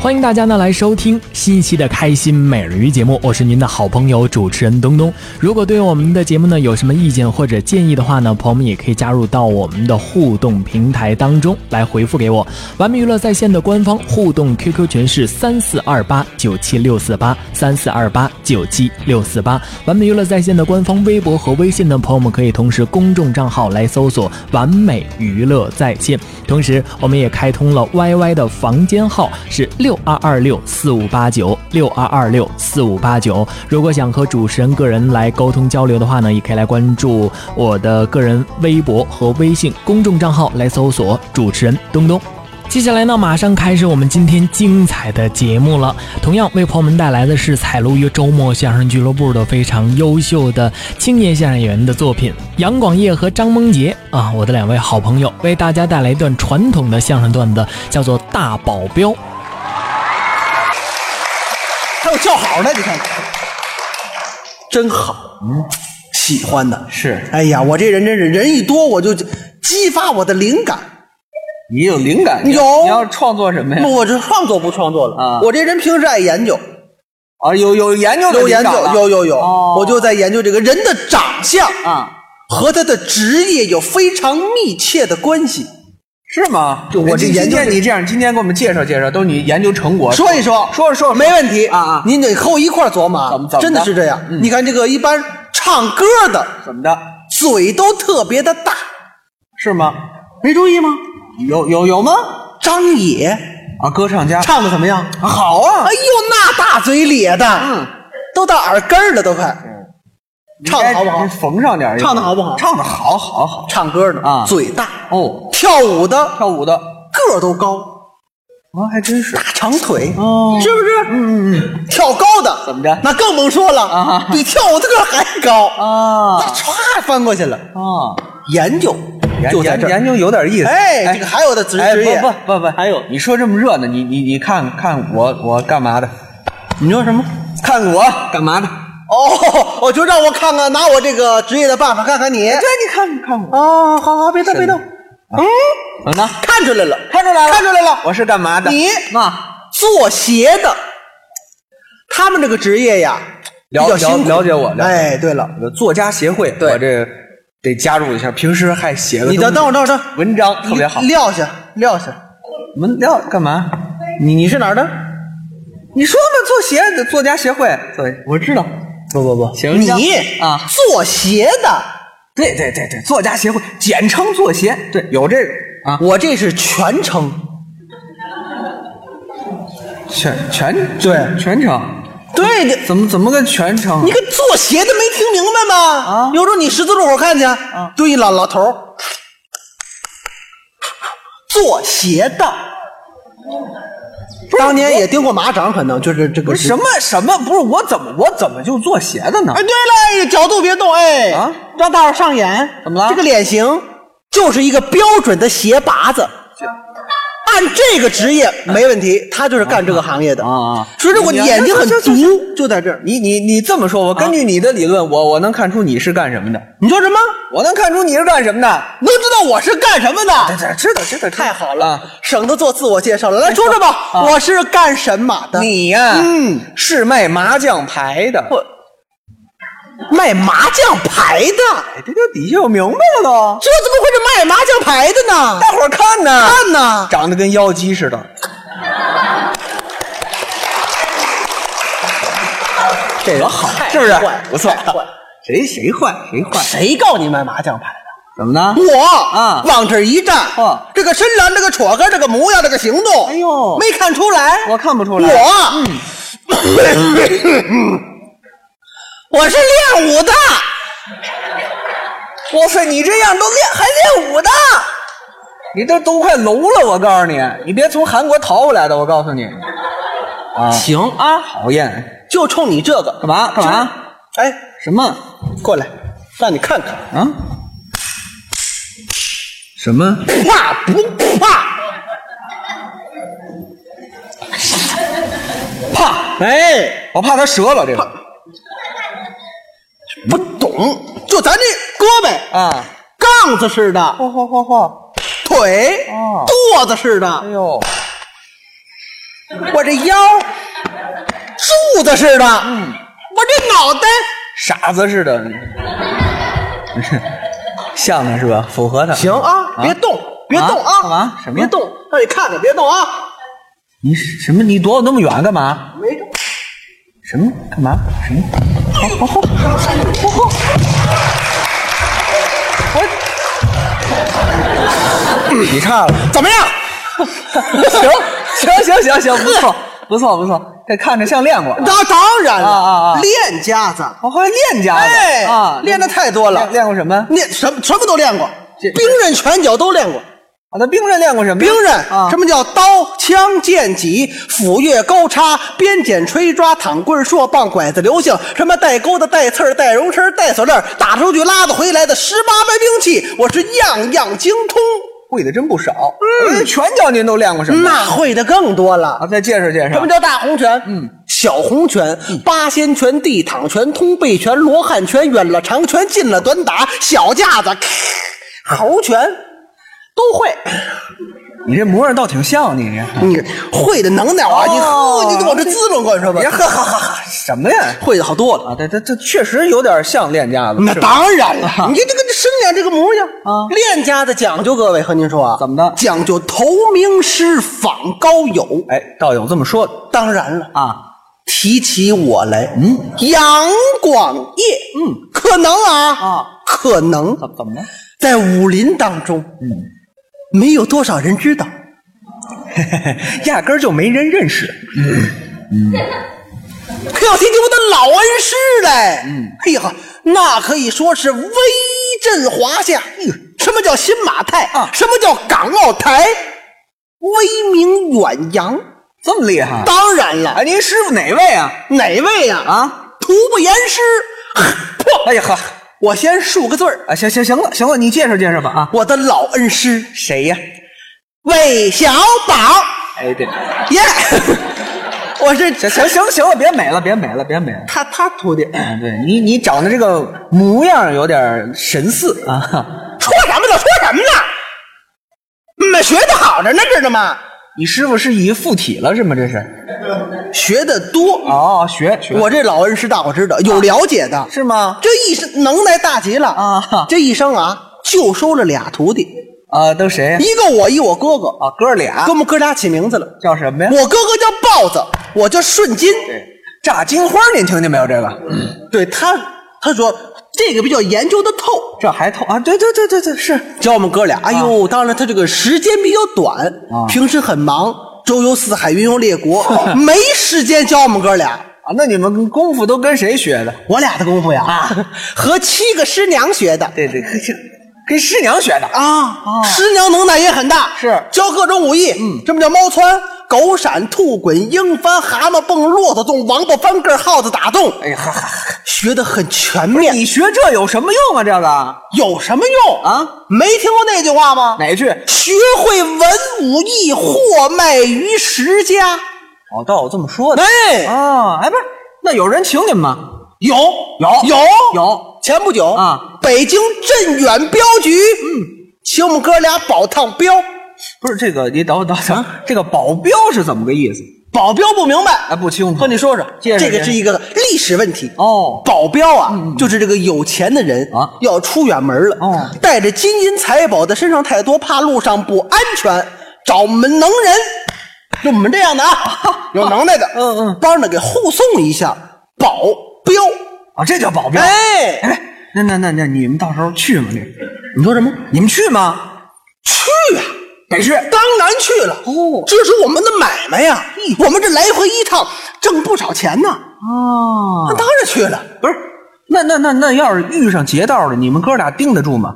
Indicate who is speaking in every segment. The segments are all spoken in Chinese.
Speaker 1: 欢迎大家呢来收听新一期的《开心美人鱼》节目，我是您的好朋友主持人东东。如果对我们的节目呢有什么意见或者建议的话呢，朋友们也可以加入到我们的互动平台当中来回复给我。完美娱乐在线的官方互动 QQ 群是三四二八九七六四八三四二八九七六四八。完美娱乐在线的官方微博和微信呢，朋友们可以同时公众账号来搜索“完美娱乐在线”。同时，我们也开通了 YY 的房间号是六二二六四五八九六二二六四五八九。如果想和主持人个人来沟通交流的话呢，也可以来关注我的个人微博和微信公众账号，来搜索主持人东东。接下来呢，马上开始我们今天精彩的节目了。同样为朋友们带来的是采录于周末相声俱乐部的非常优秀的青年相声演员的作品，杨广业和张梦杰啊，我的两位好朋友为大家带来一段传统的相声段子，叫做《大保镖》。
Speaker 2: 还有叫好的，你看，真好，嗯，喜欢的
Speaker 3: 是
Speaker 2: 哎呀，我这人真是人一多我就激发我的灵感。
Speaker 3: 你有灵感，你
Speaker 2: 有
Speaker 3: 你要创作什哎么呀？
Speaker 2: 不，我这创作不创作了
Speaker 3: 啊
Speaker 2: 我这人平时爱研究，
Speaker 3: 啊，有有研究的
Speaker 2: 有
Speaker 3: 灵
Speaker 2: 研
Speaker 3: 感
Speaker 2: 究，
Speaker 3: 了
Speaker 2: 有有有，
Speaker 3: 哦
Speaker 2: 我就在研究这个人的长相
Speaker 3: 啊，
Speaker 2: 和他的职业有非常密切的关系。
Speaker 3: 是吗？
Speaker 2: 就我这
Speaker 3: 今
Speaker 2: 研究
Speaker 3: 今天你这样，今天给我们介绍介绍，都是你研究成果，
Speaker 2: 说一说，
Speaker 3: 哦说着说着
Speaker 2: 没问题
Speaker 3: 啊啊
Speaker 2: 您得和我一块儿琢磨啊，
Speaker 3: 怎么怎么嗯
Speaker 2: 真的
Speaker 3: 着
Speaker 2: 是这样？你看这个一般唱歌的
Speaker 3: 怎么的？
Speaker 2: 嘴都特别的大，
Speaker 3: 是吗？
Speaker 2: 没注意吗？
Speaker 3: 有有有吗？
Speaker 2: 张也
Speaker 3: 啊，歌唱家
Speaker 2: 唱的怎么样？
Speaker 3: 啊好啊
Speaker 2: 哎，呦，那大嘴咧的，
Speaker 3: 嗯，
Speaker 2: 都到耳根儿了，都快。唱的好不好
Speaker 3: 你该？缝上点儿，
Speaker 2: 唱得好不好
Speaker 3: 唱的好，好好
Speaker 2: 唱歌的
Speaker 3: 啊
Speaker 2: 嘴大，
Speaker 3: 哦，
Speaker 2: 跳舞的
Speaker 3: 跳舞的
Speaker 2: 个儿都高，
Speaker 3: 啊，还真是
Speaker 2: 大长腿，
Speaker 3: 哦
Speaker 2: 是不是？嗯嗯。跳高的
Speaker 3: 怎么着
Speaker 2: 那更甭说了
Speaker 3: 啊，
Speaker 2: 比跳舞的个儿还高，
Speaker 3: 啊
Speaker 2: 那歘翻过去了。
Speaker 3: 啊，
Speaker 2: 研究
Speaker 3: 研
Speaker 2: 就在这儿，
Speaker 3: 研研究有点意思，
Speaker 2: 哎，这个还有的职
Speaker 3: 哎，
Speaker 2: 职业，
Speaker 3: 不不不不，还有你说这么热闹，你你你看看我我干嘛的？
Speaker 2: 你说什么？
Speaker 3: 看我干嘛的？
Speaker 2: 哦，我就让我看看，拿我这个职业的办法看看你。
Speaker 3: 对，你看看我，
Speaker 2: 哦，好好，别动别动，
Speaker 3: 怎么呢？
Speaker 2: 看出来了，
Speaker 3: 啊看出来了，
Speaker 2: 看出来了，
Speaker 3: 我是干嘛的？
Speaker 2: 你
Speaker 3: 那
Speaker 2: 做鞋的，他们这个职业呀，比
Speaker 3: 了
Speaker 2: 较辛苦。
Speaker 3: 了了解我了解我
Speaker 2: 哎，对了，
Speaker 3: 作家协会，
Speaker 2: 对
Speaker 3: 我这得加入一下。平时还写个
Speaker 2: 你等
Speaker 3: 东西
Speaker 2: 等会儿，等会儿，等会儿，
Speaker 3: 文章特别好
Speaker 2: 你。撂下，撂下。
Speaker 3: 文料干嘛？
Speaker 2: 你你是哪儿的？
Speaker 3: 你说嘛，做鞋的作家协会，对，我知道。
Speaker 2: 不不不，
Speaker 3: 行
Speaker 2: 你
Speaker 3: 行啊
Speaker 2: 做鞋的，
Speaker 3: 对对对对，作家协会，简称作协，对，有这个啊，
Speaker 2: 我这是全称，
Speaker 3: 全全
Speaker 2: 对
Speaker 3: 全程，
Speaker 2: 对的。
Speaker 3: 怎么怎么个全啊程
Speaker 2: 你？个做鞋的没听明白吗？
Speaker 3: 啊
Speaker 2: 有种你十字路口看去，对一老老头儿做鞋的，
Speaker 3: 是
Speaker 2: 当年也盯过马掌，可能就是这个
Speaker 3: 不是啊什么什么？不是我怎么我怎么就做鞋的呢
Speaker 2: 哎，？对了，角度别动，哎，
Speaker 3: 啊
Speaker 2: 让大伙儿上眼。
Speaker 3: 怎么了
Speaker 2: 这个脸型就是一个标准的鞋拔子，按这个职业没问题，他就是干这个行业的
Speaker 3: 啊啊
Speaker 2: 所以说我
Speaker 3: 你
Speaker 2: 眼睛很
Speaker 3: 行行行
Speaker 2: 毒，就在这儿。
Speaker 3: 你你你这么说，我根据你的理论，我我能看出你是干什么的，
Speaker 2: 你说什么？
Speaker 3: 我能看出你是干什么的。
Speaker 2: 能知道我是干什么的？
Speaker 3: 对对，知道知道，
Speaker 2: 太好
Speaker 3: 了。啊
Speaker 2: 省得做自我介绍了，来说说吧，
Speaker 3: 啊
Speaker 2: 我是干神马的？
Speaker 3: 你呀，
Speaker 2: 嗯，
Speaker 3: 是卖麻将牌的。
Speaker 2: 我卖麻将牌的，
Speaker 3: 哎，这就底下我明白了都。
Speaker 2: 这怎么会是卖麻将牌的呢？
Speaker 3: 大伙儿看呐，
Speaker 2: 看呐，
Speaker 3: 长得跟妖姬似的。
Speaker 2: 这人
Speaker 3: 可好，
Speaker 2: 太
Speaker 3: 是不是
Speaker 2: 坏？
Speaker 3: 不错
Speaker 2: 太坏，
Speaker 3: 谁谁坏谁坏？
Speaker 2: 谁告你买麻将牌的？
Speaker 3: 怎么呢？
Speaker 2: 我
Speaker 3: 啊
Speaker 2: 往这儿一站，
Speaker 3: 嗯
Speaker 2: 这个身材，这个戳个，这个模样，这个行动，
Speaker 3: 哎呦
Speaker 2: 没看出来，
Speaker 3: 我看不出来
Speaker 2: 我， 我是练武的，
Speaker 3: 哇塞，你这样都练还练武的？你这都快聋了，我告诉你，你别从韩国逃回来的，我告诉你。啊，
Speaker 2: 行啊，
Speaker 3: 讨厌，
Speaker 2: 就冲你这个
Speaker 3: 干嘛干嘛？
Speaker 2: 哎，
Speaker 3: 什么？
Speaker 2: 过来，让你看看，
Speaker 3: 啊？什么？
Speaker 2: 怕不怕？
Speaker 3: 怕？
Speaker 2: 哎，
Speaker 3: 我怕他折了这个
Speaker 2: 不懂，就咱这胳膊
Speaker 3: 啊！
Speaker 2: 杠子似的，
Speaker 3: 嚯嚯嚯嚯！
Speaker 2: 腿
Speaker 3: 哦
Speaker 2: 垛子似的
Speaker 3: 哎，呦，
Speaker 2: 我这腰柱子似的，我这脑袋
Speaker 3: 傻子似的，像他是吧？符合他。
Speaker 2: 行啊，别动，别动啊，
Speaker 3: 干嘛什么
Speaker 2: 别动，让你看看，别动啊，
Speaker 3: 你什么？你躲我那么远干嘛？
Speaker 2: 没动。
Speaker 3: 什么？干嘛？什么？好好好！我哎你 差了。
Speaker 2: 怎么样？
Speaker 3: 行行行行行，不错不错不错，这看着像练 过。
Speaker 2: 当当然了，
Speaker 3: 啊啊啊
Speaker 2: 练家子，
Speaker 3: 我还练家子、
Speaker 2: 哎，
Speaker 3: 啊，
Speaker 2: 练的太多了
Speaker 3: 练，练过什么？
Speaker 2: 啊练什么什么都练过，
Speaker 3: 这
Speaker 2: 兵刃、拳脚都练过。
Speaker 3: 啊，那兵刃练过什么呀？
Speaker 2: 兵刃，
Speaker 3: 啊，
Speaker 2: 什么叫刀、枪、剑、戟、斧、钺、钩、叉、鞭、锏、锤、抓、躺、棍、槊、棒、拐子、流星，什么带钩的、带刺儿、带绒绳儿、带锁链儿，打出去拉得回来的十八般兵器，我是样样精通，
Speaker 3: 会的真不少。嗯，拳脚您都练过什么？
Speaker 2: 那会的更多了
Speaker 3: 啊，。再介绍介绍。
Speaker 2: 什么叫大红拳？嗯，小红拳、
Speaker 3: 嗯
Speaker 2: 八仙拳、地躺拳、通背拳、罗汉拳，远了长拳，近了短打，小架子， 咔猴拳都会。
Speaker 3: 你这模样倒挺像 你这。
Speaker 2: 你会的能耐啊！你
Speaker 3: 哦
Speaker 2: 呵，你往这滋棱过，你说吧
Speaker 3: 别，呵呵呵呵，什么呀？
Speaker 2: 会的好多
Speaker 3: 啊，
Speaker 2: 了。
Speaker 3: 这这这确实有点像练家子。
Speaker 2: 那
Speaker 3: 是吧
Speaker 2: 当然了，你这个身量这个模样
Speaker 3: 啊
Speaker 2: 练家的讲究，各位和您说啊，
Speaker 3: 怎么的
Speaker 2: 讲究投名师访高友。
Speaker 3: 哎，倒有这么说的
Speaker 2: 当然了，
Speaker 3: 啊。
Speaker 2: 提起我来，嗯，杨广业，嗯，可能啊，
Speaker 3: 啊，
Speaker 2: 可能
Speaker 3: 怎怎么了？
Speaker 2: 在武林当中，嗯，没有多少人知道，
Speaker 3: 压根儿就没人认识。
Speaker 2: 可要提起我的老恩师来，嗯，哎呀，那可以说是威震华夏。哎什么叫新马泰
Speaker 3: 啊
Speaker 2: 什么叫港澳台？威名远扬。
Speaker 3: 这么厉害？
Speaker 2: 当然了，
Speaker 3: 哎，您师傅哪位啊？
Speaker 2: 哪位呀、
Speaker 3: 啊，
Speaker 2: 徒不言师。
Speaker 3: 哎呀呵，
Speaker 2: 我先述个字儿，
Speaker 3: 啊，行行行了行了，你介绍介绍吧啊。
Speaker 2: 我的老恩师
Speaker 3: 谁呀？
Speaker 2: 魏小宝，
Speaker 3: 哎，对，
Speaker 2: 耶、 我是
Speaker 3: 行行行行了，别美了，别美了，别美了。
Speaker 2: 他他徒弟，
Speaker 3: 嗯，对你，你长得这个模样有点神似啊。
Speaker 2: 说什么呢？说什么呢？嗯，学的好着呢，知道吗？
Speaker 3: 你师傅是已附体了是吗？这是？
Speaker 2: 学的多
Speaker 3: 哦，学学
Speaker 2: 我这老恩师大伙知道，有了解的，
Speaker 3: 是吗？
Speaker 2: 这一生能耐大极了
Speaker 3: 啊
Speaker 2: 这一生啊，就收了俩徒弟，
Speaker 3: 啊，都谁呀？
Speaker 2: 一个我，一我哥哥，
Speaker 3: 啊，哥俩
Speaker 2: 给我们哥俩起名字了。
Speaker 3: 叫什么呀？
Speaker 2: 我哥哥叫豹子，我叫顺金。
Speaker 3: 炸金花，您听见没有？这个，
Speaker 2: 对他，他说这个比较研究的透，
Speaker 3: 这还透啊？对对对对对，是
Speaker 2: 教我们哥俩。哎呦，当然他这个时间比较短，
Speaker 3: 啊
Speaker 2: 平时很忙，周游四海，云游列国， 没时间教我们哥俩。
Speaker 3: 啊。那你们功夫都跟谁学的？
Speaker 2: 我俩的功夫呀，
Speaker 3: 啊，
Speaker 2: 和七个师娘学的。
Speaker 3: 对对，跟跟师娘学的。
Speaker 2: 啊，师娘能耐也很大，
Speaker 3: 是
Speaker 2: 教各种武艺，嗯，这么叫猫窜、狗闪、兔滚、鹰翻、蛤蟆蹦、骆驼洞、王八翻个儿、耗子打洞，
Speaker 3: 哎呀，哈哈，
Speaker 2: 学的很全面，
Speaker 3: 你学这有什么用啊？这个
Speaker 2: 有什么用
Speaker 3: 啊？
Speaker 2: 没听过那句话吗？
Speaker 3: 哪句？
Speaker 2: 学会文武艺，货卖于十家。
Speaker 3: 哦，倒有这么说的。
Speaker 2: 哎，
Speaker 3: 啊，哎，不是，那有人请你们吗？
Speaker 2: 有
Speaker 3: 有
Speaker 2: 有
Speaker 3: 有
Speaker 2: 前不久
Speaker 3: 啊，
Speaker 2: 北京镇远镖局，嗯，请我们哥俩保趟镖，
Speaker 3: 不是这个，你等会儿等会儿等会
Speaker 2: 啊
Speaker 3: 儿，这个保镖是怎么个意思？
Speaker 2: 保镖不明白，
Speaker 3: 哎，不清楚。
Speaker 2: 和你说说，
Speaker 3: 介绍
Speaker 2: 这个
Speaker 3: 介绍
Speaker 2: 是一个历史问题。
Speaker 3: 哦
Speaker 2: 保镖啊，就是这个有钱的人
Speaker 3: 啊
Speaker 2: 要出远门了，
Speaker 3: 哦
Speaker 2: 带着金银财宝在身上太多，怕路上不安全，找我们能人， 就我们这样的啊，有能耐的，
Speaker 3: 嗯嗯，
Speaker 2: 帮着给护送一下，保
Speaker 3: 啊，这叫保镖。
Speaker 2: 哎，
Speaker 3: 哎，那那那那你们到时候去吗？那
Speaker 2: 你说什么？
Speaker 3: 你们去吗？
Speaker 2: 去啊！
Speaker 3: 得去。
Speaker 2: 当然去了，
Speaker 3: 哦
Speaker 2: 这是我们的买卖呀、我们这来回一趟挣不少钱呢，
Speaker 3: 哦
Speaker 2: 那，当然去了。
Speaker 3: 不是，那那那那要是遇上劫道的，你们哥俩盯得住吗？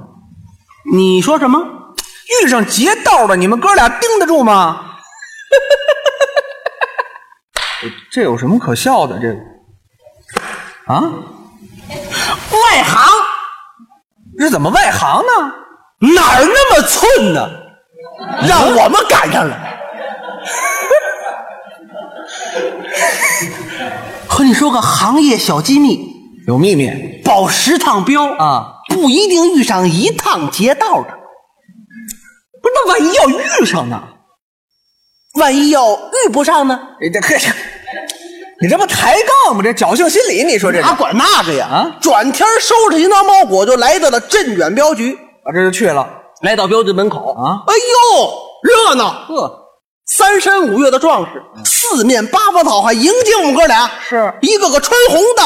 Speaker 2: 你说什么？
Speaker 3: 遇上劫道的，你们哥俩盯得住吗？ 这有什么可笑的？这个啊，
Speaker 2: 外行
Speaker 3: 这怎么外行呢？
Speaker 2: 哪儿那么寸呢？让我们赶上了。 和你说个行业小机密，
Speaker 3: 有秘密
Speaker 2: 保十趟镖
Speaker 3: 啊，
Speaker 2: 不一定遇上一趟劫道的，
Speaker 3: 不是？那万一要遇上呢？
Speaker 2: 万一要遇不上呢？
Speaker 3: 你这这，你这不抬杠吗？这侥幸心理，你说这是
Speaker 2: 哪管那个呀？
Speaker 3: 啊
Speaker 2: 转天收拾行囊包裹就来到了镇远镖局，
Speaker 3: 啊，这就去了。
Speaker 2: 来到镖局门口
Speaker 3: 啊
Speaker 2: 哎呦，热闹！
Speaker 3: 呵，
Speaker 2: 三山五岳的壮士，四面八方草还迎接我们哥俩，
Speaker 3: 嗯是嗯
Speaker 2: 一个个穿红的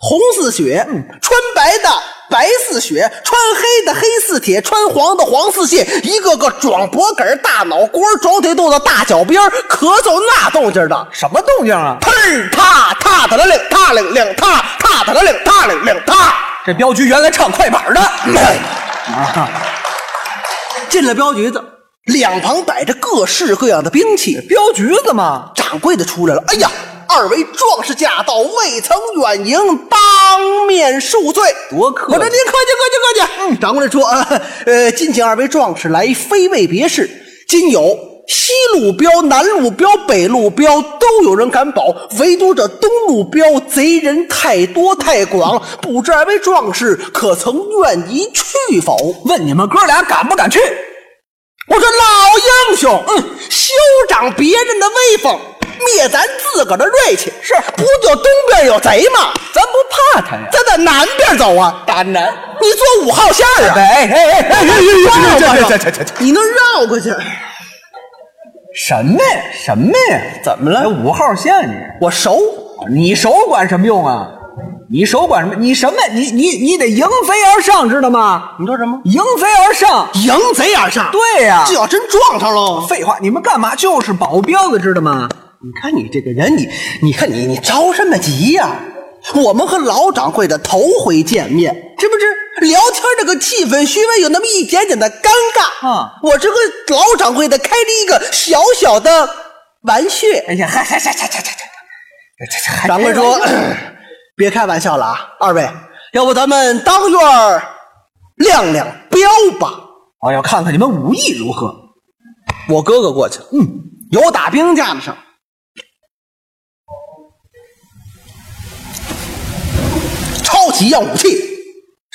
Speaker 2: 红似血，穿白的白似雪，穿黑的黑似铁，穿黄的黄似蟹，一个个壮脖梗儿、大脑瓜儿、壮腿肚子、大脚边儿，咳嗽那动静儿的，
Speaker 3: 什么动静啊？
Speaker 2: 砰踏踏踏了领踏领领踏踏踏了领踏领领踏。
Speaker 3: 这镖局原来唱快板的。嗯
Speaker 2: 进了镖局子，两旁摆着各式各样的兵器。
Speaker 3: 镖局子嘛，
Speaker 2: 掌柜的出来了，哎呀，二位壮士驾到，未曾远迎，当面恕罪。
Speaker 3: 多客气
Speaker 2: 我说您客气客气客气。掌柜的说，呃，呃，今请二位壮士来，非为别事，今有。西路镖、南路镖、北路镖都有人敢保，唯独这东路镖贼人太多太广，不知二位壮士可曾愿意去否？
Speaker 3: 问你们哥俩敢不敢去？
Speaker 2: 我说老英雄，嗯，休长别人的威风，灭咱自个儿的锐气。是，不就东边有贼吗？
Speaker 3: 咱不怕他呀。
Speaker 2: 咱在南边走啊，
Speaker 3: 大南。
Speaker 2: 你坐五号线儿啊，
Speaker 3: 哎哎哎哎！
Speaker 2: 绕
Speaker 3: 这
Speaker 2: 过
Speaker 3: 这
Speaker 2: 去
Speaker 3: 这这这
Speaker 2: 你能绕过去？
Speaker 3: 什么呀？什么呀？怎么了？五号线你，
Speaker 2: 我熟，
Speaker 3: 你手管什么用啊？你手管什么？你什么？你你你得迎飞而上，知道吗？
Speaker 2: 你说什么？
Speaker 3: 迎飞而上。
Speaker 2: 迎贼而上。
Speaker 3: 对呀、
Speaker 2: 这要真撞上喽，
Speaker 3: 废话，你们干嘛？就是保镖的，知道吗？
Speaker 2: 你看你这个人，你你看你你着什么急呀、我们和老掌柜的头回见面，是不是？聊天这个气氛稍微有那么一点点的尴尬
Speaker 3: 啊
Speaker 2: 我这个老掌柜的开了一个小小的玩笑。
Speaker 3: 哎呀，还还还还还还还
Speaker 2: 掌柜说：“ 别开玩笑了啊，二位，要不咱们当院儿亮亮标吧。”
Speaker 3: 我要看看你们武艺如何。
Speaker 2: 我哥哥过去了，嗯，有打兵架子上。超级样武器，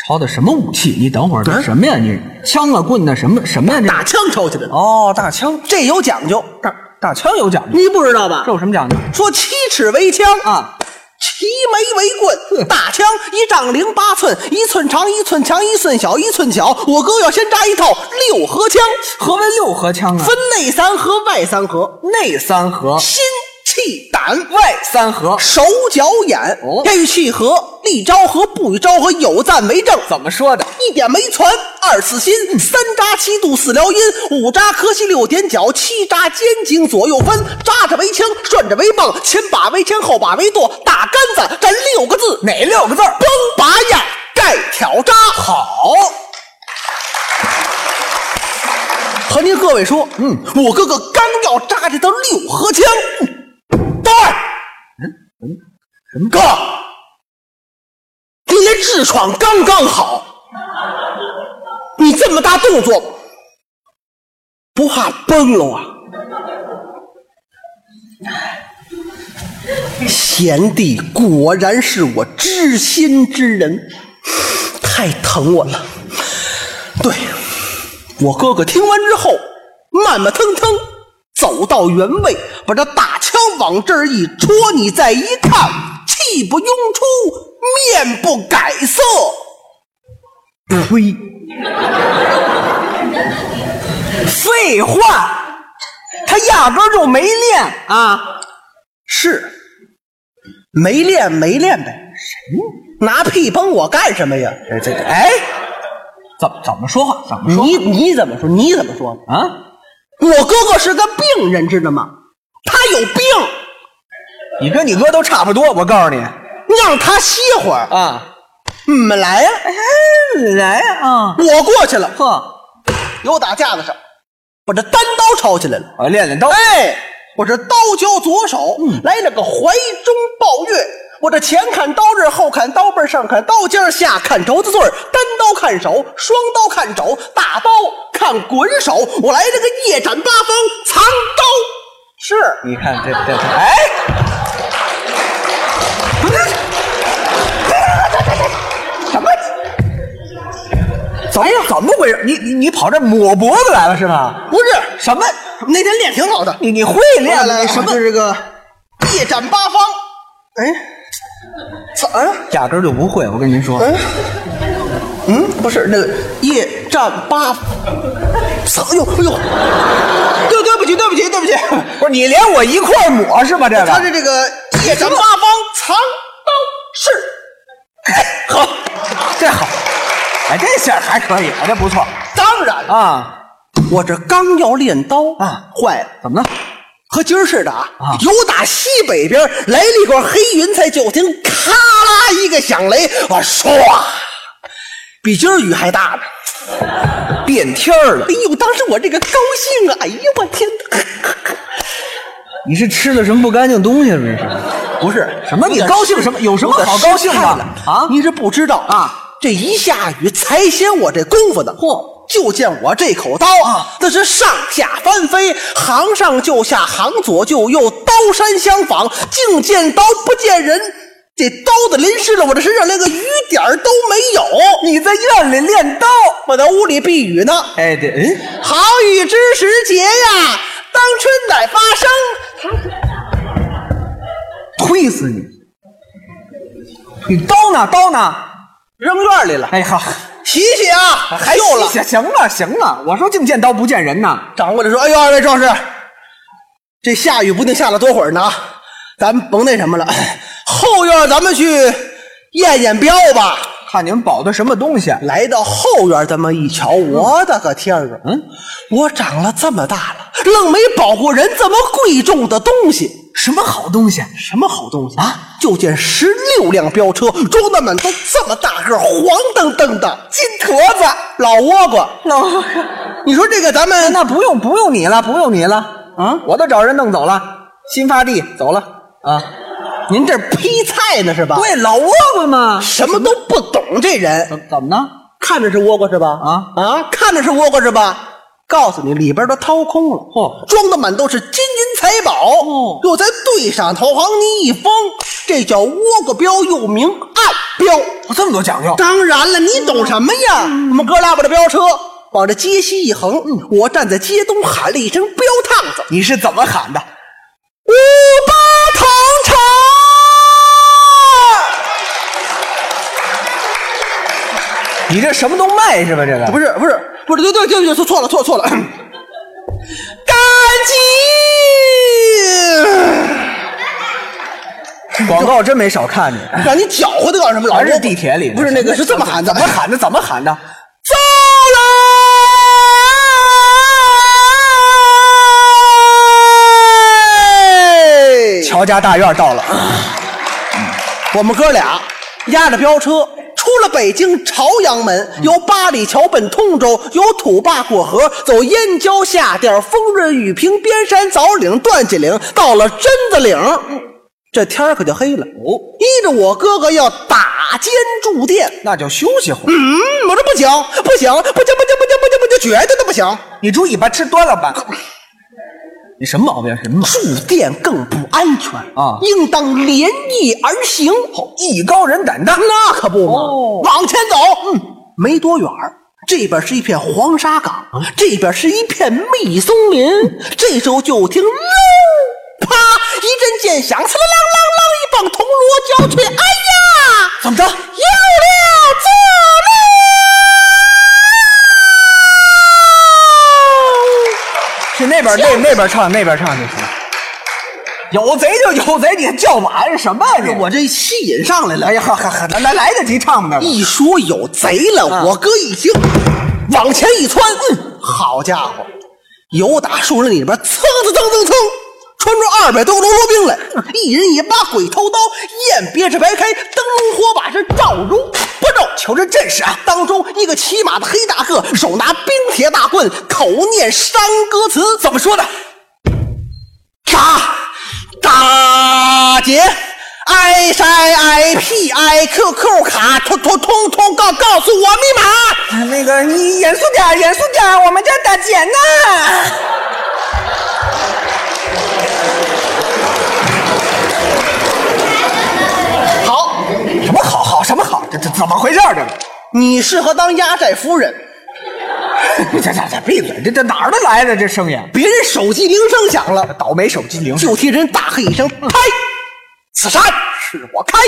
Speaker 3: 抄的什么武器？你等会儿，这什么呀？你枪啊、棍啊，什么什么呀？这
Speaker 2: 打枪抽起来的，
Speaker 3: 哦，大枪，
Speaker 2: 这有讲究，
Speaker 3: 大大枪有讲究，
Speaker 2: 你不知道吧
Speaker 3: 这？有什么讲究
Speaker 2: 说七尺为枪，
Speaker 3: 啊？
Speaker 2: 齐眉为棍，大枪一丈零八寸，一寸长，一寸强，一寸小，一寸小。我哥要先扎一套六合枪，
Speaker 3: 何为六合枪啊？
Speaker 2: 分内三合，外三合，
Speaker 3: 内三合，
Speaker 2: 心气胆
Speaker 3: 外三合，
Speaker 2: 手脚眼
Speaker 3: 哦，
Speaker 2: 天与气合，力昭和不与昭和，有赞为证。
Speaker 3: 怎么说的？嗯
Speaker 2: 一点没传，二次心，三扎七度四撩阴，五扎磕膝六点脚，七扎肩颈左右翻，扎着为枪，转着为棒，前把为枪，后把为舵，打杆子，这六个字，
Speaker 3: 哪六个字儿？
Speaker 2: 崩拔眼盖挑扎。好，和您各位说，嗯，我哥哥刚要扎这套六合枪，对，嗯嗯，哥，你这痔疮刚刚好，你这么大动作，不怕崩了啊？贤弟果然是我知心之人，太疼我了。对，我哥哥听完之后，慢慢腾腾走到原位，把这大枪往这儿一戳，你再一看，气不拥出，面不改色。
Speaker 3: 呸！废话，他压根儿就没练啊！
Speaker 2: 是，没练没练呗，拿屁崩我干什么呀？
Speaker 3: 这这哎，怎么怎么说话？怎么说话
Speaker 2: 你你怎么说？你怎么说？
Speaker 3: 啊？
Speaker 2: 我哥哥是个病人，知道吗？他有病，
Speaker 3: 你跟你哥都差不多，我告诉你
Speaker 2: 你让他歇会儿。
Speaker 3: 啊，
Speaker 2: 你们嗯来呀、
Speaker 3: 哎来啊，
Speaker 2: 我过去了，
Speaker 3: 呵，
Speaker 2: 有打架子事儿，我这单刀抄起来了。
Speaker 3: 啊我练练刀。嗯
Speaker 2: 哎，我这刀交左手，来了个怀中抱月。我这前砍刀刃，后砍刀背，上砍刀尖儿，下砍肘子穗儿，单刀看手，双刀看肘，大刀看滚手。我来了个夜斩八方，藏刀。是
Speaker 3: 你看这这这，哎，不是，什么？怎么怎么回事？你你你跑这抹脖子来了是吧？
Speaker 2: 不是？
Speaker 3: 什么？
Speaker 2: 那天练挺好的，
Speaker 3: 你你会
Speaker 2: 练
Speaker 3: 练
Speaker 2: 了
Speaker 3: 什么
Speaker 2: 就？是个夜斩八方。哎，怎么？
Speaker 3: 压根儿就不会，我跟您说，
Speaker 2: 嗯，不是那个夜战八，操！哎呦哎呦，对对不起对不起对不 起，
Speaker 3: 不是你连我一块儿抹是吗？这
Speaker 2: 他
Speaker 3: 个
Speaker 2: 是这个夜战八方藏刀式，
Speaker 3: 好，这好，哎，这线儿还可以，哎，这不错
Speaker 2: 当然了，
Speaker 3: 啊。
Speaker 2: 我这刚要练刀
Speaker 3: 啊
Speaker 2: 坏了，
Speaker 3: 怎么了？
Speaker 2: 和今儿似的啊
Speaker 3: 啊
Speaker 2: 由打西北边来了一块黑云彩，就听咔啦一个响雷，我唰，比今儿雨还大呢。
Speaker 3: 变天儿了
Speaker 2: 哎，呦，当时我这个高兴啊！哎呦，我天哪！
Speaker 3: 你是吃了什么不干净东西了？这是。
Speaker 2: 不是
Speaker 3: 什么你高兴什么有什么好高兴的啊
Speaker 2: 你是不知道
Speaker 3: 啊！
Speaker 2: 这一下雨才显我这功夫的。嚯！就见我这口刀
Speaker 3: 啊，
Speaker 2: 那是上下翻飞，行上就下，行左就右，刀山相仿。净见刀不见人，这刀子淋湿了我这身上，连个雨点儿都没有。
Speaker 3: 你在院里练刀？
Speaker 2: 我在屋里避雨呢。
Speaker 3: 哎，对，嗯。
Speaker 2: 好雨知时节呀，当春乃发生。
Speaker 3: 推死你！你刀呢？刀呢？
Speaker 2: 扔院里了，
Speaker 3: 哎呀，
Speaker 2: 洗洗啊，还
Speaker 3: 哎
Speaker 2: 救了。
Speaker 3: 行行了行了，我说净见刀不见人呐！
Speaker 2: 掌柜的说：“哎呦，二位壮士，这下雨不定下了多会儿呢，啊，咱甭那什么了，后院咱们去验验镖吧。
Speaker 3: 看您保的什么东西？”啊
Speaker 2: 来到后院，这么一瞧，我的个天儿啊！嗯，我长了这么大了，愣没保过人这么贵重的东西。
Speaker 3: 什么好东西？
Speaker 2: 什么好东西
Speaker 3: 啊？
Speaker 2: 就见十六辆飙车，装的满都这么大个儿，黄澄澄的金坨子、老倭瓜。
Speaker 3: 那
Speaker 2: 你说这个咱们
Speaker 3: 那不用不用你了，不用你了啊！我都找人弄走了，新发地走了啊！
Speaker 2: 您这儿劈菜呢是吧？
Speaker 3: 对，老倭瓜嘛，
Speaker 2: 什么都不懂，这人
Speaker 3: 怎怎么呢？
Speaker 2: 看着是倭瓜是吧？
Speaker 3: 啊
Speaker 2: 啊，看着是倭瓜是吧？告诉你，里边都掏空了，
Speaker 3: 嚯
Speaker 2: 装的满都是金银财宝，
Speaker 3: 哦
Speaker 2: 又在对上头黄泥一封，这叫倭瓜镖，又名暗镖。
Speaker 3: 我这么多讲究，
Speaker 2: 当然了，你懂什么呀？
Speaker 3: 嗯
Speaker 2: 我们哥俩把这镖车往这街西一横，我站在街东喊了一声“镖趟子
Speaker 3: 你是怎么喊的？”，
Speaker 2: 五八同城。
Speaker 3: 你这什么都卖是吧？这个
Speaker 2: 不是不是不是，对对对对，错错了错 错了，干鸡，
Speaker 3: 广告真没少看你，
Speaker 2: 让你搅和的干什么？老
Speaker 3: 还是
Speaker 2: 是
Speaker 3: 地铁里的
Speaker 2: 不是 那个是这么喊的，
Speaker 3: 怎么喊的？怎么喊的？
Speaker 2: 糟了！瞧，
Speaker 3: 乔家大院到了，
Speaker 2: 我们哥俩押着飙车。出了北京朝阳门，由八里桥奔通州，由土坝过河，走燕郊下店，丰润雨平边山枣岭段家岭，到了榛子岭，这天儿可就黑了。哦，依着我哥哥要打尖住店，
Speaker 3: 那就休息会儿。
Speaker 2: 嗯，我说不行，不行，不行，不行，不行，不行，不行，绝对的不行。
Speaker 3: 你猪尾巴吃多了 吧？你什么毛病？什么毛病？
Speaker 2: 住店更不安全
Speaker 3: 啊
Speaker 2: 应当连夜而行。
Speaker 3: 艺高人胆大，
Speaker 2: 那可不嘛，
Speaker 3: 哦
Speaker 2: 往前走，嗯，没多远儿。这边是一片黄沙岗，
Speaker 3: 啊
Speaker 2: 这边是一片密松林。这时候就听“噜”，啪，一阵剑响，呲啦啦啦啦，一棒铜锣交锤。哎呀，
Speaker 3: 怎么着？
Speaker 2: 有了这路！
Speaker 3: 是那边那那边唱，那边唱就行。有贼就有贼， 你 叫晚什么啊呀你？
Speaker 2: 我这戏引上来了。
Speaker 3: 哎呀，呵呵呵，来来来得及唱呢。
Speaker 2: 一说有贼了，
Speaker 3: 啊
Speaker 2: 我哥一听，往前一窜，嗯，好家伙，由打树林里边蹭蹭蹭蹭蹭，穿出二百多个喽啰兵来，一人一把鬼头刀，雁别是白开，灯笼火把是照如不照。瞧这阵势啊，当中一个骑马的黑大个，手拿冰铁大棍，口念山歌词，怎么说的？打打劫，i 筛 i p i q q 卡，通通通通告告诉我密码。
Speaker 3: 啊那个，你严肃点，严肃点，我们这打劫呢。
Speaker 2: 好，
Speaker 3: 什么好好什么好？这这怎么回事儿？这个。
Speaker 2: 你适合当压寨夫 人。
Speaker 3: 这这这闭嘴！这这哪儿的来的这声音？
Speaker 2: 别人手机铃声响了，
Speaker 3: 倒霉手机铃
Speaker 2: 就替人大喝一声：“开！此山是我开，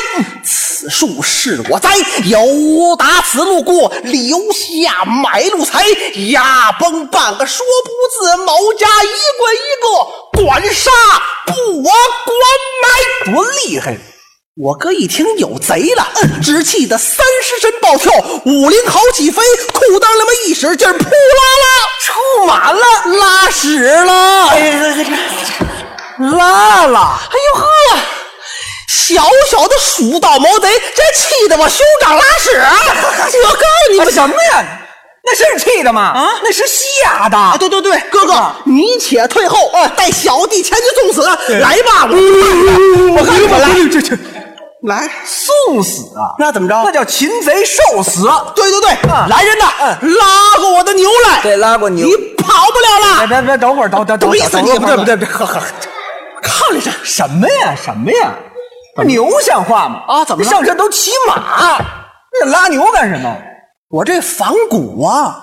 Speaker 2: 此树是我栽。由打此路过，留下买路财。压崩半个说不字，毛家一个一个管杀不我管买。
Speaker 3: 多厉害！
Speaker 2: 啊我哥一听有贼了，嗯，只气得三十身暴跳，五灵毫起飞，裤裆那么一使劲儿，扑啦啦，抽满了，拉屎了。哎呀，
Speaker 3: 拉了！
Speaker 2: 哎呦呵，小小的鼠盗毛贼，这气得我兄长拉屎 啊！我告诉你
Speaker 3: 哎
Speaker 2: 们，
Speaker 3: 什么呀？那是气的吗？啊，那是吸牙的。啊
Speaker 2: 啊，对对对，哥哥，你且退后，哎带小弟前去送死。啊来吧，我我看你们来，
Speaker 3: 这这
Speaker 2: 来，
Speaker 3: 送死啊！
Speaker 2: 那怎么
Speaker 3: 那
Speaker 2: 着？
Speaker 3: 叫擒贼受死。
Speaker 2: 对对对，来人呐，拉过我的牛来！
Speaker 3: 嗯对，拉过牛
Speaker 2: 你。跑不了
Speaker 3: 别
Speaker 2: 了。
Speaker 3: 别别，等会儿，等等等
Speaker 2: 我
Speaker 3: 会
Speaker 2: 意
Speaker 3: 儿，
Speaker 2: 思
Speaker 3: 等
Speaker 2: 你
Speaker 3: 会
Speaker 2: 也
Speaker 3: 儿，
Speaker 2: 不知
Speaker 3: 不对
Speaker 2: 道
Speaker 3: 不对，呵呵，
Speaker 2: 看了这
Speaker 3: 什么呀什么呀？牛像话吗？
Speaker 2: 啊怎么了
Speaker 3: 上山都骑马，那拉牛干什么？
Speaker 2: 我这仿古啊，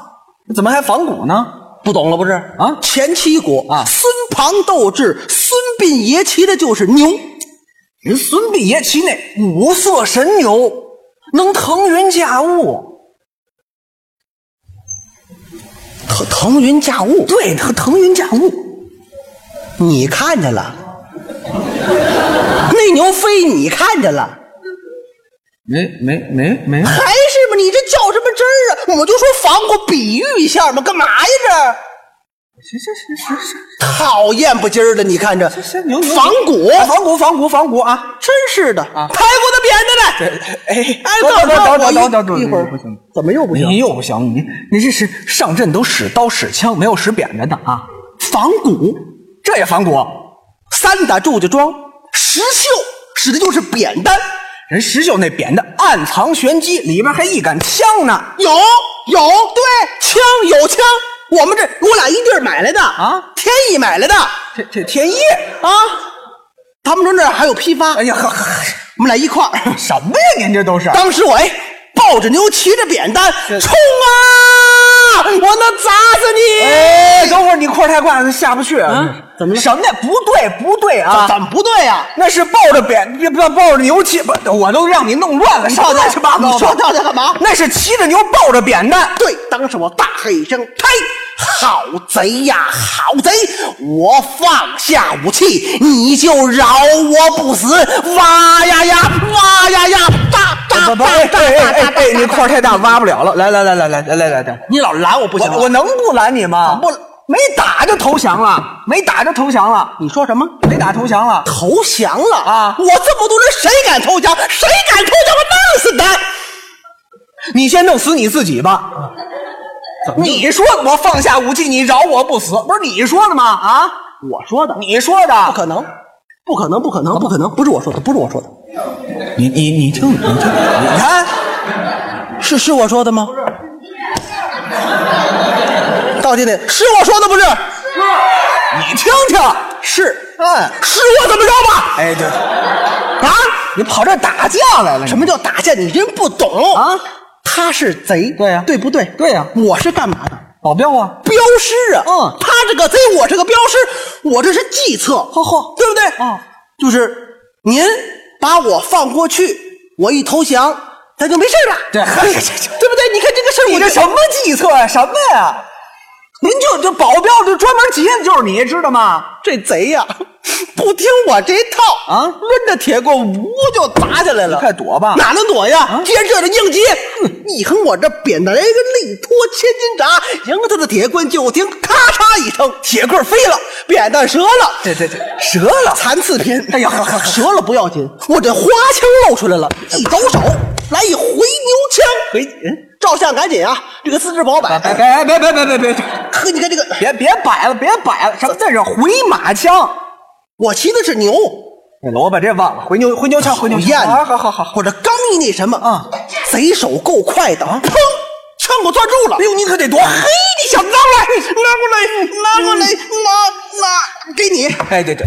Speaker 3: 怎么还仿古呢？
Speaker 2: 不懂了不是？
Speaker 3: 啊
Speaker 2: 前七国
Speaker 3: 啊
Speaker 2: 孙庞斗智，孙膑爷骑的就是牛。
Speaker 3: 人孙膑爷骑那五色神牛，能腾云驾
Speaker 2: 啊
Speaker 3: 雾，
Speaker 2: 腾腾云驾雾，
Speaker 3: 对，腾腾云驾雾。
Speaker 2: 你看见了？ 那牛飞你看见了？
Speaker 3: 没没没没，
Speaker 2: 还是吗？你这较什么真儿啊？我就说仿古比喻一下嘛，干嘛呀
Speaker 3: 行行行行行，
Speaker 2: 这？讨厌不今儿的，你看这
Speaker 3: 行牛牛
Speaker 2: 仿古，
Speaker 3: 啊仿古仿古仿古啊！
Speaker 2: 真是的，
Speaker 3: 啊
Speaker 2: 抬过的扁担呢？
Speaker 3: 哎
Speaker 2: 哎，
Speaker 3: 等
Speaker 2: 告诉
Speaker 3: 等等等
Speaker 2: 我
Speaker 3: 等等，
Speaker 2: 一一会儿
Speaker 3: 不行，
Speaker 2: 怎么又不
Speaker 3: 你
Speaker 2: 行？
Speaker 3: 又不行，你你这是上阵都使刀使枪，没有使扁担的啊！
Speaker 2: 仿古，
Speaker 3: 这也仿古，
Speaker 2: 三打祝家庄，石秀使的就是扁担，
Speaker 3: 人石秀那扁担暗藏玄机，里边还一杆枪呢。
Speaker 2: 有有，对，枪有枪，我们这我俩一地儿买来的
Speaker 3: 啊
Speaker 2: 天意买来的。
Speaker 3: 这这天意，
Speaker 2: 啊，他们说那儿还有批发，
Speaker 3: 哎呀呵呵呵，
Speaker 2: 我们俩一块儿。
Speaker 3: 什么呀？您这都是
Speaker 2: 当时我哎，抱着牛，骑着扁担，
Speaker 3: 这
Speaker 2: 冲啊！我能砸死你！
Speaker 3: 哎，等会儿你块儿太快了，下不去啊？
Speaker 2: 怎么了
Speaker 3: 什么呀？不对，不对啊！
Speaker 2: 怎么不对呀、
Speaker 3: 那是抱着扁，不抱着牛骑，不，我都让你弄乱了，什么乱七八
Speaker 2: 你
Speaker 3: 糟
Speaker 2: 说
Speaker 3: 的。
Speaker 2: 到底干嘛？
Speaker 3: 那是骑着牛抱着扁担，
Speaker 2: 对，当时我大喝一声：“开！好贼呀，好贼！我放下武器，你就饶我不死！”哇呀呀，哇呀呀，哒哒
Speaker 3: 不不，
Speaker 2: 哒
Speaker 3: 哎
Speaker 2: 哒
Speaker 3: 哎
Speaker 2: 哒
Speaker 3: 哎
Speaker 2: 哒
Speaker 3: 哎，
Speaker 2: 哒
Speaker 3: 你块儿太大，挖不了了。来来来来来来来来来，
Speaker 2: 你老拦我不行
Speaker 3: 我我能不拦你吗？
Speaker 2: 不
Speaker 3: 没打就投降了，没打就投降了，
Speaker 2: 你说什么？
Speaker 3: 没打投降了。
Speaker 2: 投降了
Speaker 3: 啊
Speaker 2: 我这么多人，谁敢投降？谁敢投降？我弄死他！
Speaker 3: 你先弄死你自己吧。你说的，我放下武器，你饶我不死，不是你说的吗？啊，
Speaker 2: 我说的，
Speaker 3: 你说的，
Speaker 2: 不可能，不可能，不可能，不可能，不是我说的，不是我说的，
Speaker 3: 你你你听你听，你看
Speaker 2: 是是我说的吗？到底得是我说的不是？
Speaker 3: 你听听，
Speaker 2: 是，哎
Speaker 3: 嗯，
Speaker 2: 是我怎么着吧？
Speaker 3: 哎对，
Speaker 2: 啊，
Speaker 3: 你跑这儿打架来了？
Speaker 2: 什么？叫打架？你真不懂
Speaker 3: 啊！
Speaker 2: 他是贼，
Speaker 3: 对呀
Speaker 2: 对不对？
Speaker 3: 对呀
Speaker 2: 我是干嘛的？
Speaker 3: 保镖啊？
Speaker 2: 镖师啊，
Speaker 3: 嗯
Speaker 2: 他这个贼，我这个镖师，我这是计策，
Speaker 3: 嚯嚯
Speaker 2: 对不对？
Speaker 3: 嗯，
Speaker 2: 就是您把我放过去，我一投降，咱就没事了，
Speaker 3: 对
Speaker 2: 对不 对？你看这个事儿，
Speaker 3: 你
Speaker 2: 我
Speaker 3: 这
Speaker 2: 这
Speaker 3: 什么计策呀、什么呀？您就这保镖，就专门劫的就是你，知道吗？
Speaker 2: 这贼呀、 不听我这套
Speaker 3: 啊
Speaker 2: 抡着铁棍呜就砸下来了。
Speaker 3: 快躲吧
Speaker 2: 哪能躲啊嗯呀？接着就是应急。哼你看我这扁担来个力托千斤闸，迎他的铁棍就听咔嚓一声，铁棍飞了，扁担折了。
Speaker 3: 这这这
Speaker 2: 折了，残次品。哎呀，折了不要紧，我这花枪露出来了，一抖手来一回牛枪，回照相赶紧啊！这个资质保
Speaker 3: 别
Speaker 2: 百，
Speaker 3: 别别别别别别别
Speaker 2: 呵，你看这个，
Speaker 3: 别别摆了，别摆了，什么这是回马枪？
Speaker 2: 我骑的是牛，
Speaker 3: 那我哎把这忘了，回牛回牛枪，回牛
Speaker 2: 讨厌
Speaker 3: 枪，好好好好好，
Speaker 2: 我这刚一那什么
Speaker 3: 啊，
Speaker 2: 贼手够快的，砰，枪给我攥住了。
Speaker 3: 哎呦，你可得多
Speaker 2: 嘿，你小子拿过来，嗯拿过来，拿过来，拿拿，给你，
Speaker 3: 哎，对对，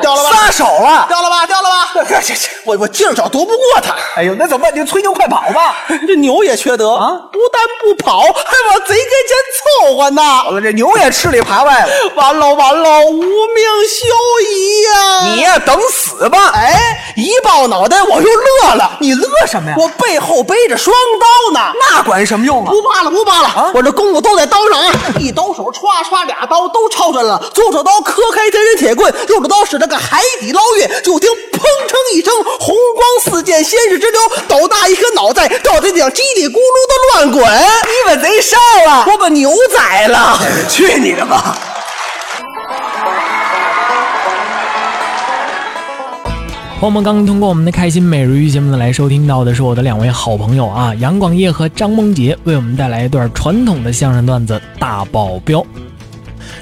Speaker 2: 掉了吧？
Speaker 3: 撒手啊！
Speaker 2: 掉了吧？掉了吧？我我劲儿小，夺不过他。
Speaker 3: 哎呦，那怎么办？你就吹牛快跑吧！
Speaker 2: 这牛也缺德
Speaker 3: 啊
Speaker 2: 不但不跑，还往贼跟前凑合呢。
Speaker 3: 好了，这牛也吃里扒外了，
Speaker 2: 完喽完喽，无命休矣呀、
Speaker 3: 你呀等死吧！
Speaker 2: 哎，一抱脑袋我就乐了。
Speaker 3: 你乐什么呀？
Speaker 2: 我背后背着双刀呢，
Speaker 3: 那管什么用啊？
Speaker 2: 不怕了不怕了，
Speaker 3: 啊
Speaker 2: 我这功夫都在刀上啊！一刀手歘歘俩刀都抄出来了，左手刀磕开真人铁棍，右手刀使这个海底捞月，就听砰砰一声，红光四溅，鲜血直流，斗大一颗脑袋掉在地上，叽里咕噜的乱滚。
Speaker 3: 你把贼杀了！
Speaker 2: 我把牛宰 了，
Speaker 3: 去你的吧！
Speaker 1: 朋友们刚刚通过我们的开心每日鱼节目呢来收听到的是我的两位好朋友啊，杨广业和张梦杰为我们带来一段传统的相声段子《大保镖》。